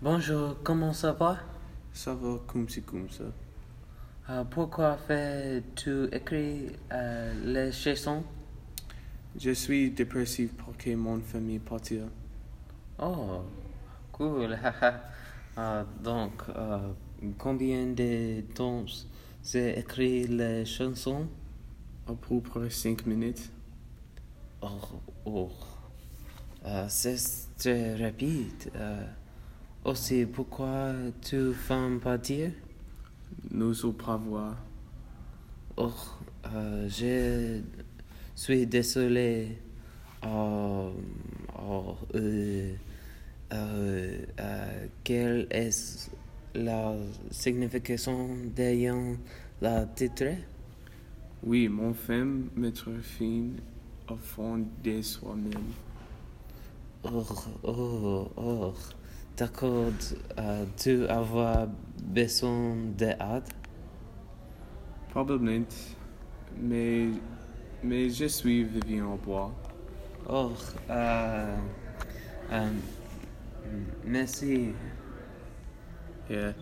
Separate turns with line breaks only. Bonjour, comment ça va
Ça va comme si comme ça.
Euh, Pourquoi fais-tu écrire euh, les chansons
Je suis dépressif parce que mon famille partir.
Oh, cool. haha. Euh, donc, euh, combien de temps c'est écrit les chansons
À peu près 5 minutes.
Oh, oh. Euh, c'est très rapide. Euh, aussi, pourquoi tu fais partir
Nous au prévoir.
Oh, euh, je suis désolé. Oh, oh, euh, euh, euh, quelle est la signification d'ayant la titre?
Oui, mon femme mettre fin au fond de soi-même.
Oh, oh, oh, d'accord, euh, tu avoir besoin d'aide?
Probablement, mais, mais je suis vivant au bois.
Oh, euh, euh, merci.
Yeah.